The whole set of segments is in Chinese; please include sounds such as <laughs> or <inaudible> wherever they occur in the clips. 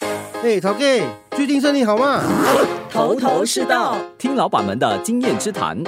哎，陶 K，最近生意好吗？头头是道。听老板们的经验之谈。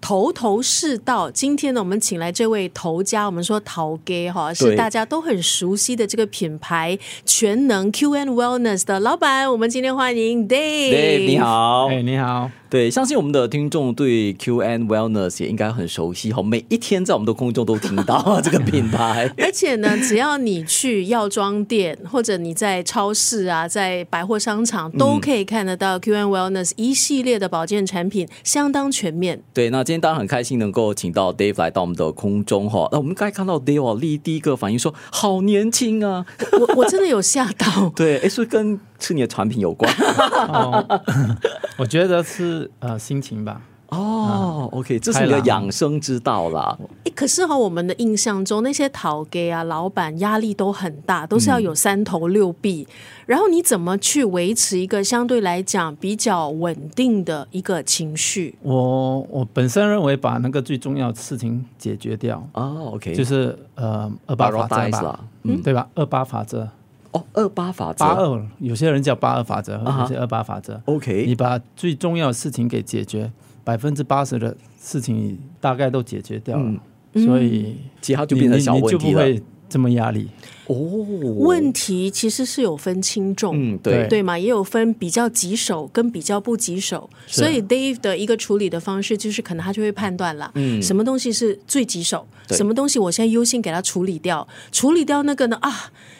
头头是道。今天呢，我们请来这位头家，我们说陶给哈，是对大家都很熟悉的这个品牌全能 Q N Wellness 的老板。我们今天欢迎 Dave。 Dave，你。好。哎、你好，对，相信我们的听众对 QN Wellness 也应该很熟悉哈，每一天在我们的空中都听到 <laughs> 这个品 <laughs> 牌。而且呢，只要你去药妆店，或者你在超市啊，在百货商场，都可以看得到 Q N Wellness 一系列的保健产品，相当全面。对，那今天当然很开心能够请到 Dave 来到我们的空中哈。那我们刚才看到 Dave 哦，立第一个反应说好年轻啊。，我我真的有吓到对，诶，是不是跟是你的产品有关哦，我觉得是呃心情吧， <laughs> 哦。OK，这是你的啊开朗养生之道啦。诶可是哈、我们的印象中那些陶给啊、老板压力都很大，都是要有三头六臂。然后你怎么去维持一个相对来讲比较稳定的一个情绪？我我本身认为把那个最重要的事情解决掉，哦，OK，就是呃二八法则 Prioritize 吧啦，嗯，对吧？二八法则，哦，二八法则，八二，有些人叫八二法则，啊哈有些二八法则。你 OK，把最重要的事情给解决，百分之八十的事情大概都解决掉了，所以其他你嗯就变成小你你问就题不了。会这么压力。哦，问题其实是有分轻重。嗯，对，对嘛，也有分比较棘手跟比较不棘手，是所以 Dave 的一个处理的方式就是，可能他就会判断了，嗯什么东西是最棘手，对什么东西我现在优先给他处理掉，处理掉那个呢啊，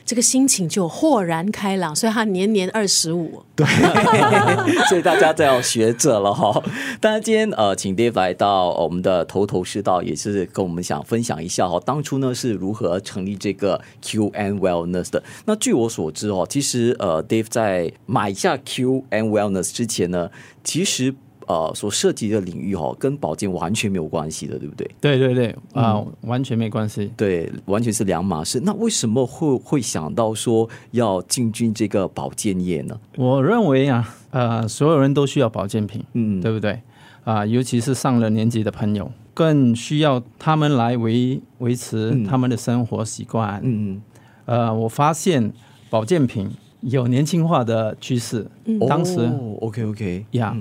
这个心情就豁然开朗，所以他年年二十五， <laughs> 所以大家都要学着了哈。当然，今天呃，请 Dave 来到呃我们的头头是道，也是跟我们想分享一下哈，当初呢是如何成立这个 Q and Wellness 的。那据我所知哦，其实呃，Dave 在买下 Q and Wellness 之前呢，其实呃所涉及的领域哈、哦，跟保健完全没有关系的，对不对？对对对，啊、嗯完全没关系。对，完全是两码事。那为什么会会想到说要进军这个保健业呢？我认为啊，呃，所有人都需要保健品，嗯，对不对？啊、尤其是上了年纪的朋友，更需要他们来维维持他们的生活习惯。嗯，呃，我发现保健品有年轻化的趋势。嗯当时、 OK OK，呀，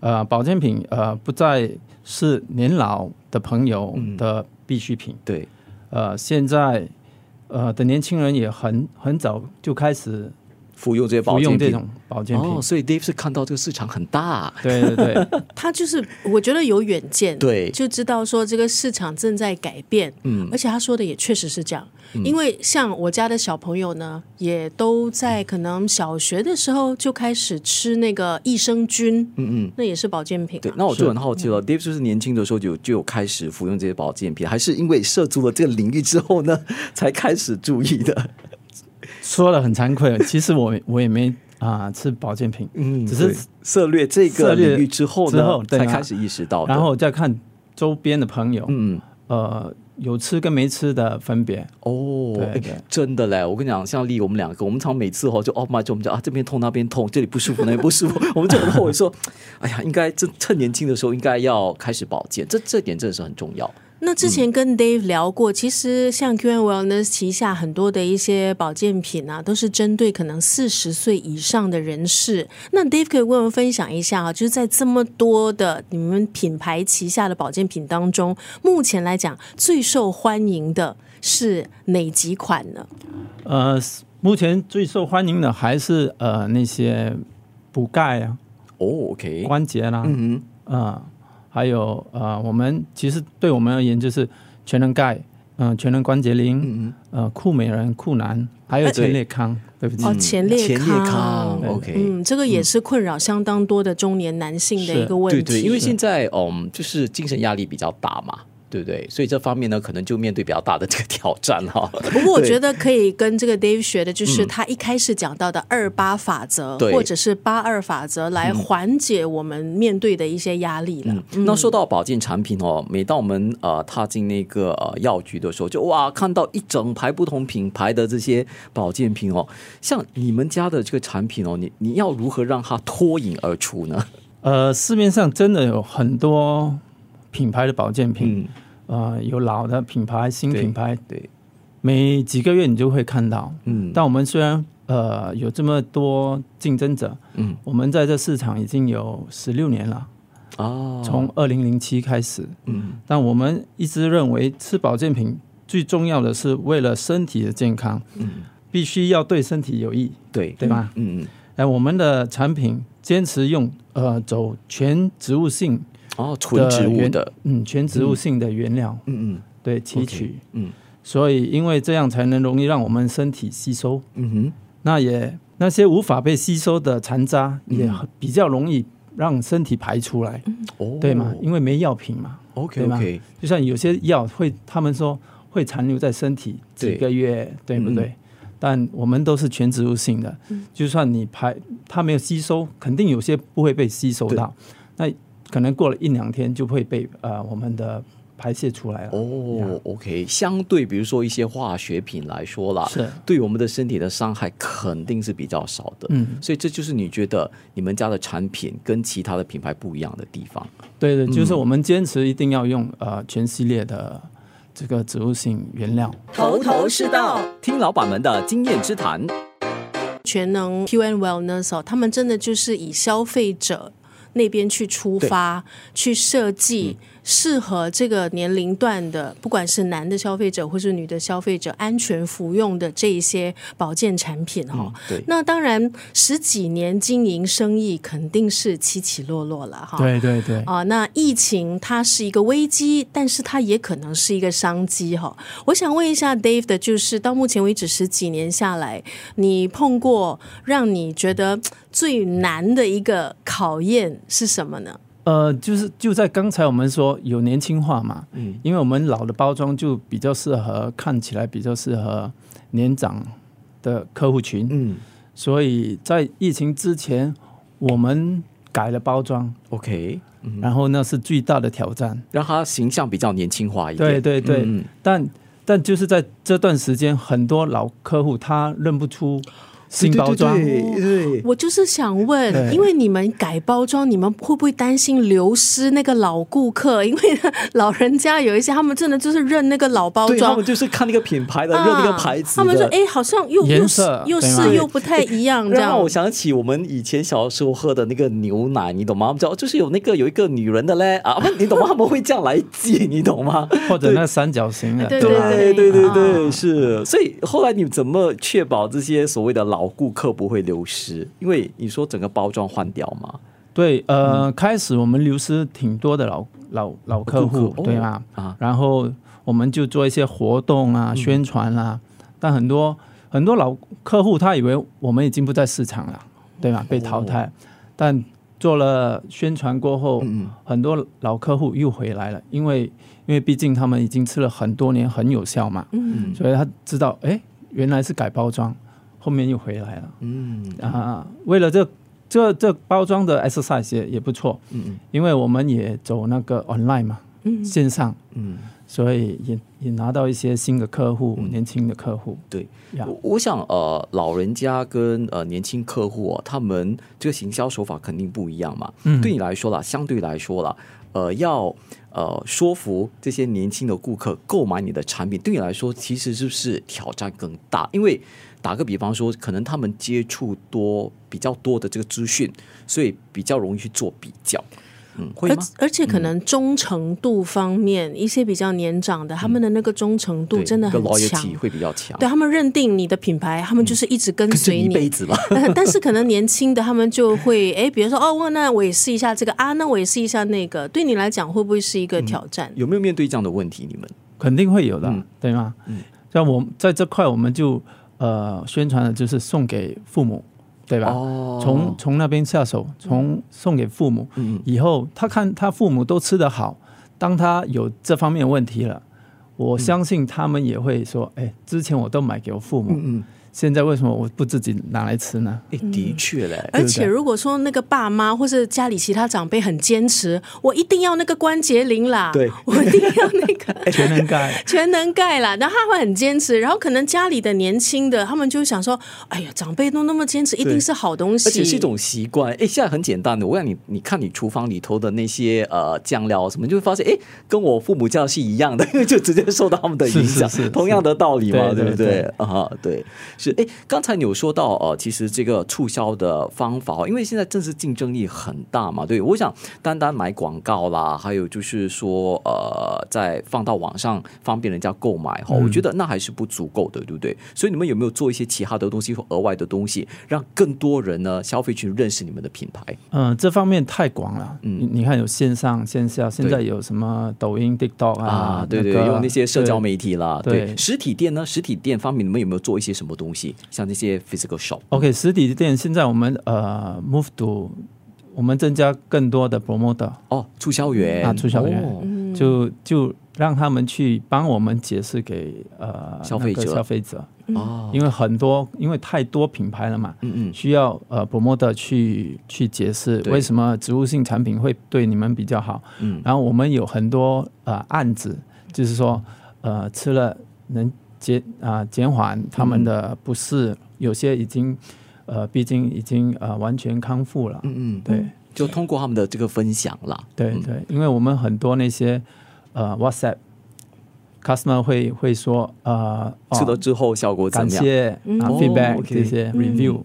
呃，保健品呃不再是年老的朋友嗯的必需品。对，呃，现在呃的年轻人也很很早就开始服用这些保服健用这品。种保健品。哦，所以 Dave 是看到这个市场很大，对对对。他就是我觉得有远见，对就知道说这个市场正在改变，嗯而且他说的也确实是这样，因为像我家的小朋友呢，也都在可能小学的时候就开始吃那个益生菌，嗯嗯，那也是保健品、对。啊。那我就很好奇了，Dave 就是年轻的时候就就有开始服用这些保健品，还是因为涉足了这个领域之后呢， <laughs> 才开始注意的？说了很惭愧，其实我我也没啊、吃保健品，嗯 <laughs> 只是涉略这个涉猎领域之后之呢后，对才吗开始意识到的。然后再看周边的朋友，嗯，呃，有吃跟没吃的分别。哦，对哎对真的嘞！我跟你讲，像丽我们两个，我们常每次哦就哦妈就我们就啊这边痛那边痛，这里不舒服那边不舒服， <laughs> 我们就很后悔说，哎呀，应该趁趁年轻的时候应该要开始保健，这这点真的是很重要。那之嗯前跟 Dave 聊过，其实像 Q N Wellness 旗下很多的一些保健品啊，都是针对可能四十岁以上的人士。那 Dave 可以为我们分享一下啊，就是在这么多的你们品牌旗下的保健品当中，目前来讲最受欢迎的是哪几款呢？呃，目前最受欢迎的还是呃那些补钙啊、哦，OK，关节啦、啊，嗯还有呃，我们其实对我们而言就是全能钙，嗯、全能关节灵，嗯哎呃，酷美人、酷男，还有前列康，对不起。哦，前列嗯前康，列康，OK，嗯，这个也是困扰相当多的中年男性的是一个问题。对对，因为现在嗯，就是精神压力比较大嘛，对不对？所以这方面呢，可能就面对比较大的这个挑战 <laughs> 哈、不过我 <laughs> 对嗯觉得可以跟这个 Dave 学的，就是他一开始讲到的二八法则，对或者是八二法则，来缓解我们面对的一些压力了。嗯那说到保健产品哦，每当我们呃踏进那个呃药局的时候，就哇看到一整排不同品牌的这些保健品哦，像你们家的这个产品哦，你你要如何让它脱颖而出呢？呃，市面上真的有很多品牌的保健嗯品，呃，有老的品牌、新对品牌，对，每几个月你就会看到。嗯，但我们虽然呃有这么多竞争者，嗯，我们在这市场已经有十六年了，哦，从二零零七开始，嗯但我们一直认为吃保健品最重要的是为了身体的健康，嗯，必须要对身体有益，对对吧？嗯嗯，哎、我们的产品坚持用呃走全植物性哦，纯植物原的，，嗯，全植物性的原料，嗯嗯对提取 OK，嗯所以因为这样才能容易让我们身体吸收，嗯哼，那也那些无法被吸收的残渣也嗯比较容易让身体排出来，哦，对吗？因为没药品嘛， OK 对吗 OK，就像有些药会，他们说会残留在身体几对嗯个月，对不对？但我们都是全植物性的，就算你排它没有吸收，肯定有些不会被吸收到，那可能过了一两天就会被呃我们的排泄出来了。哦，OK，相对比如说一些化学品来说啦，是对我们的身体的伤害肯定是比较少的。嗯，所以这就是你觉得你们家的产品跟其他的品牌不一样的地方。对嗯对，就是我们坚持一定要用呃全系列的这个植物性原料。头头是道。听老板们的经验之谈，全能 Q N Wellness 哦，他们真的就是以消费者。那边去出发，去设计嗯适合这个年龄段的，不管是男的消费者或是女的消费者，安全服用的这一些保健产品哈、哦。嗯对，那当然，十几年经营生意肯定是起起落落了哈。对对对，啊、那疫情它是一个危机，但是它也可能是一个商机哈、我想问一下 Dave 的，就是到目前为止十几年下来，你碰过让你觉得嘖最难的一个考验是什么呢？呃，就是就在刚才我们说有年轻化嘛，嗯，因为我们老的包装就比较适合，看起来比较适合年长的客户群，嗯所以在疫情之前，我们改了包装， ，OK，嗯，然后那是最大的挑战。让它形象比较年轻化一对点。对对，嗯但但就是在这段时间，很多老客户他认不出新包装，对对对对我就是想问，哎对因为你们改包装，你们会不会担心流失那个老顾客？因为老人家有一些，他们真的就是认那个老包对，他装们。就是看那个品牌的，认啊那个牌子的。他们说：“哎，好像又又颜是色又对是吗又不太一样，这让样我想起我们以前小时候喝的那个牛奶，你懂吗？我们知道就是有那个有一个女人的嘞啊，不你懂吗？他们会这样来记，你懂吗？或者那三角形 <laughs> 的，对吧对对对对啊对，是。所以后来你怎么确保这些所谓的老顾客不会流失？因为你说整个包装换掉嘛，对，嗯呃，开始我们流失挺多的老老老客户顾，客哦对吧？啊嗯然后我们就做一些活动啊、宣传啊，但很多很多老客户他以为我们已经不在市场了，对哦吧？被淘汰，但做了宣传过后，嗯很多老客户又回来了，因为因为毕竟他们已经吃了很多年，很有效嘛，嗯所以他知道，哎，原来是改包装，后面又回来了。嗯啊，为了这这这包装的 exercise 也也不错，嗯因为我们也走那个 online 嘛，嗯线上，嗯，所以也也拿到一些新的客户，年轻的客户。对。呀我我想呃，老人家跟呃年轻客户、哦，他们这个行销手法肯定不一样嘛。嗯对你来说啦，相对来说啦，呃，要呃说服这些年轻的顾客购买你的产品，对你来说其实是不是挑战更大？因为打个比方说，可能他们接触多比较多的这个资讯，所以比较容易去做比较。嗯，会而吗？而且可能忠诚度方面，一些比较年长的，他们的那个忠诚度嗯对，真的很那个强 loyalty。会比较啊强，对他们认定你的品牌，他们就是一直跟跟着随你一辈你。呃子了。但是可能年轻的他们就 <laughs> 会，哎，比如说哦，那我也试一下这个啊，那我也试一下那个。对你来讲，会不会是一个挑战？嗯有没有面对这样的问题？你们肯定会有的，嗯对吗？像我们在这块，我们就呃宣传的就是送给父母，对啊吧？哦从从那边下手，从送给父母，嗯以后他看他父母都吃得好，当他有这方面的问题了，我相信他们也会说，哎，之前我都买给我父母，嗯嗯，现在为什么我不自己拿来吃呢？哎，的确嘞，而且如果说那个爸妈或是家里其他长辈很坚持，我一定要那个关节灵啦，对我一定要那个。全 <laughs> 能钙 <laughs> 全能盖啦，然后他会很坚持，然后可能家里的年轻的他们就会想说，哎呀，长辈都那么坚持，一定是好东西，而且是一种习惯。哎，现在很简单的，我让你你看你厨房里头的那些呃酱料啊什么，你就会发现哎，跟我父母 <laughs> 教是一样的，因为就直接受到他们的影响，是是是同样的道理嘛，对不对对？啊，对，是，哎，刚才你有说到呃，其实这个促销的方法，因为现在正是竞争力很大嘛，对，我想单单买广告啦，还有就是说呃，在放到网上方便人家购买哈，嗯我觉得那还是不足够的，对不对？所以你们有没有做一些其他的东西或额外的东西，让更多人呢消费群认识你们的品牌？嗯、这方面太广了。嗯你你看有线上线下，现在有什么抖音、TikTok 啊，啊，对对，个用那些社交对媒体啦，对实体店呢，实体店方面你们有没有做一些什么东西？像那些 physical shop， OK，实体店现在我们呃 move to，我们增加更多的 promoter，、哦，促销员啊促销员哦就就让他们去帮我们解释给呃消费者那个消费者，哦，因为很多因为太多品牌了嘛，嗯嗯，需要呃 promoter 去去解释对为什么植物性产品会对你们比较好。嗯然后我们有很多呃案子，就是说呃吃了能减啊、减缓他嗯们的不适，有些已经呃毕竟已经呃完全康复了。嗯嗯，对就通过他们的这个分享啦，对对，因为我们很多那些呃 WhatsApp customer 会会说呃、哦、吃了之后效果怎感么样？谢啊、哦 feedback、 ，OK 这些 review、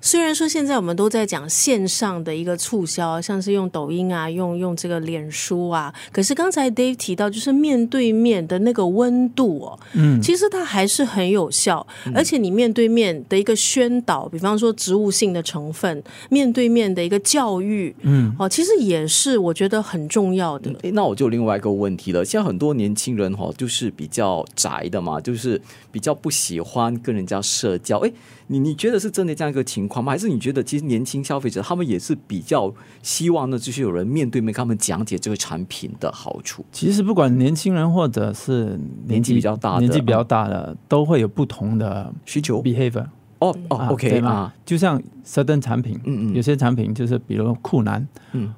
虽然说现在我们都在讲线上的一个促销，像是用抖音啊，用用这个脸书啊，可是刚才 Dave 提到，就是面对面的那个温度哦，嗯，其实它还是很有效，而且你面对面的一个宣导，比方说植物性的成分，面对面的一个教育，嗯，哦，其实也是我觉得很重要的，诶那我就另外一个问题了。现在很多年轻人哈、哦，就是比较宅的嘛，就是比较不喜欢跟人家社交。哎，你你觉得是真的这样一个情况吗？还是你觉得其实年轻消费者他们也是比较希望呢，就是有人面对面跟他们讲解这个产品的好处？其实不管年轻人或者是年纪比较大的年纪比较大的，都会有不同的需求 behavior 哦哦啊、 ，OK 对吗？啊，就像 certain 产品，嗯嗯有些产品就是比如酷男，嗯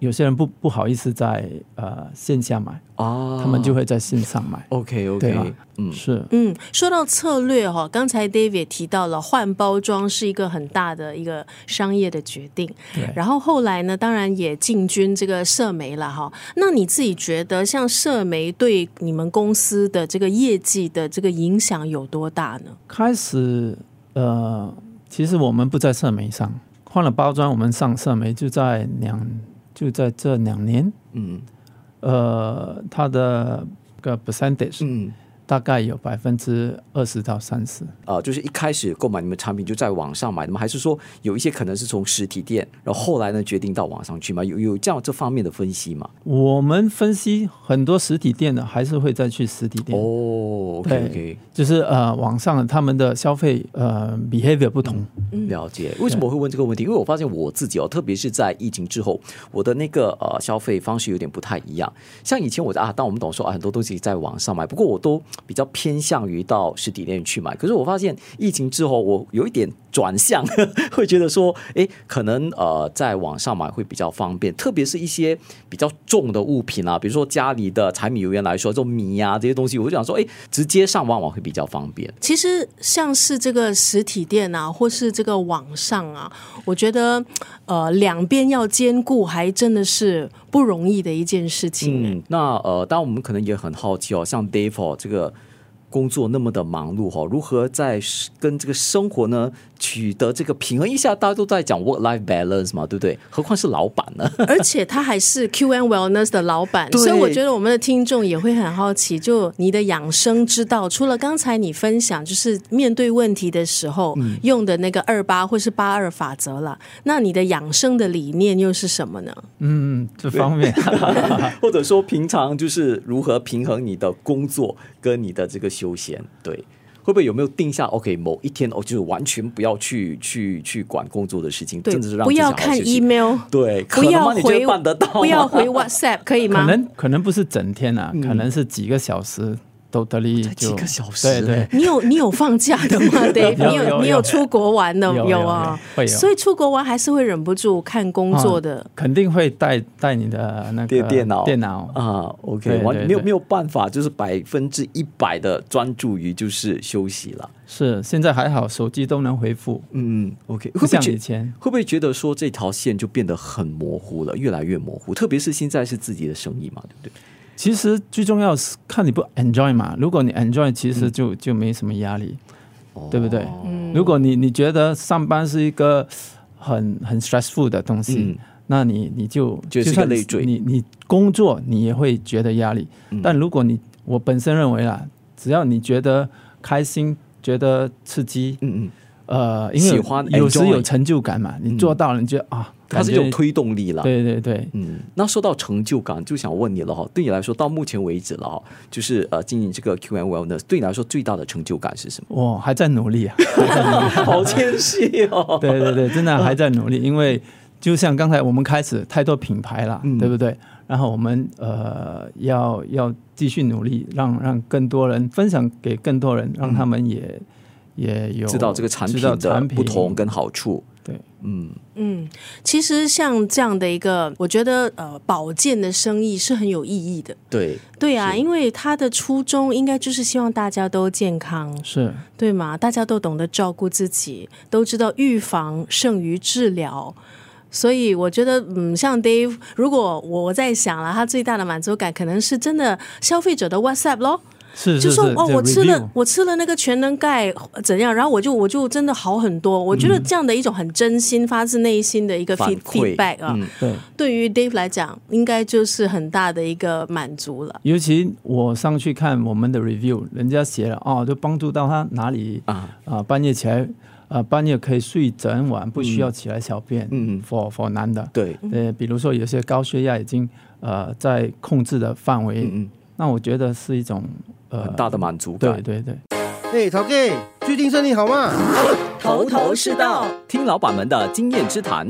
有些人不不好意思在呃线下买，啊，他们就会在线上买， OK 对 OK，吧嗯是。嗯，说到策略哈、刚才 David 也提到了换包装是一个很大的一个商业的决定对，然后后来呢，当然也进军这个社媒了哈、那你自己觉得像社媒对你们公司的这个业绩的这个影响有多大呢？开始呃，其实我们不在社媒上，换了包装，我们上社媒就在两就在这两年，嗯呃，它的个 percentage 嗯，大概有百分之二十到三十。呃，就是一开始购买你们产品就在网上买的吗？还是说有一些可能是从实体店，然后后来呢决定到网上去吗？有有这样这方面的分析吗？我们分析很多实体店的还是会再去实体店，哦，OK 对 OK，就是呃网上他们的消费呃 behavior 不同，了解。为什么我会问这个问题？因为我发现我自己哦，特别是在疫情之后，我的那个呃消费方式有点不太一样。像以前我在啊，当我们懂说啊，很多东西在网上买，不过我都比较偏向于到实体店去买。可是我发现疫情之后，我有一点转向，会觉得说，诶，可能呃在网上买会比较方便，特别是一些比较重的物品啊，比如说家里的柴米油盐来说，这种米呀、这些东西，我就想说，诶，直接上网网会比较方便。其实像是这个实体店啊，或是这个网上啊，我觉得呃两边要兼顾，还真的是不容易的一件事情。嗯，那呃，当然我们可能也很好奇哦，像 Dave 哦这个工作那么的忙碌哦，如何在是跟这个生活呢取得这个平衡？一下大家都在讲 work life balance 嘛，对不对？何况是老板呢？ <laughs> 而且他还是 QN Wellness 的老板，对所以我觉得我们的听众也会很好奇，就你的养生之道，除了刚才你分享，就是面对问题的时候、嗯用的那个二八或是八二法则了，那你的养生的理念又是什么呢？嗯，这方面 <laughs> 或者说平常就是如何平衡你的工作跟你的这个休闲？对。会不会有没有定下 OK 某一天哦，就是完全不要去去去管工作的事情，对真的是，让不自己要好好看休息 email， <laughs> 对，可不能要吗你觉回得办得到吗，不要回 WhatsApp，可以 <laughs> 可吗？ <laughs> 能可能不是整天啊，可能是几个小时都得力嗯才就几个小时对对欸，你有你有放假的吗 <laughs> ，Dave？你有有你有出国玩的有有啊有会？有所以出国玩还是会忍不住看工作的。肯定会带带你的那个电电脑呃电脑啊，OK，对完对没有对没有办法，就是百分之一百的专注于就是休息了。是现在还好，手机都能回复，嗯，OK，会不不会像觉以前。会不会觉得说这条线就变得很模糊了，越来越模糊？特别是现在是自己的生意嘛，对不对？其嗯实最重要是看你不 enjoy 嘛，如果你 enjoy，其实就就没什么压力。哦对不对？嗯如果你你觉得上班是一个很很 stressful 的东西，嗯那你你就就是一个算累赘嗯你你工作你也会觉得压力，但如果你我本身认为啦，只要你觉得开心，觉得刺激，嗯嗯，呃，因为喜欢有时 enjoy 有成就感嘛，你做到了，你觉得啊，它是一感种觉推动力了。对对对，嗯，那说到成就感，就想问你了哈，对你来说到目前为止了哈，就是呃经营这个 Q and Wellness，对你来说最大的成就感是什么？<laughs> 我还在努力 <laughs> 啊，好谦虚哦。对对对，真的还在努力，因为就像刚才我们开始太多品牌了，嗯对不对？然后我们呃要要继续努力，让让更多人分享给更多人，让他们也、也有知道这个产品知道的产品不同跟好处，对。嗯，嗯，其实像这样的一个，我觉得呃，保健的生意是很有意义的。对，对啊，因为它的初衷应该就是希望大家都健康，是对吗？大家都懂得照顾自己，都知道预防胜于治疗。所以我觉得，嗯，像 Dave，如果我在想了，他最大的满足感可能是真的消费者的 WhatsApp 咯，是就是说是哦，这我吃了 review 我吃了那个全能钙呃怎样，然后我就我就真的好很多。我嗯觉得这样的一种很真心、发自内心的一个反 feed, 馈 feedback 啊，嗯对。对于 Dave 来讲，应该就是很大的一个满足了。尤其我上去看我们的 review，人家写了哦，就帮助到他哪里啊啊，半夜起来啊、半夜可以睡整晚，不需要起来小便。嗯嗯嗯 for for 男的，对，呃，比如说有些高血压已经呃在控制的范围，嗯那我觉得是一种嗯，呃很大的满足对感。对对。哎，陶 K，最近生意好吗？头头是道。听老板们的经验之谈，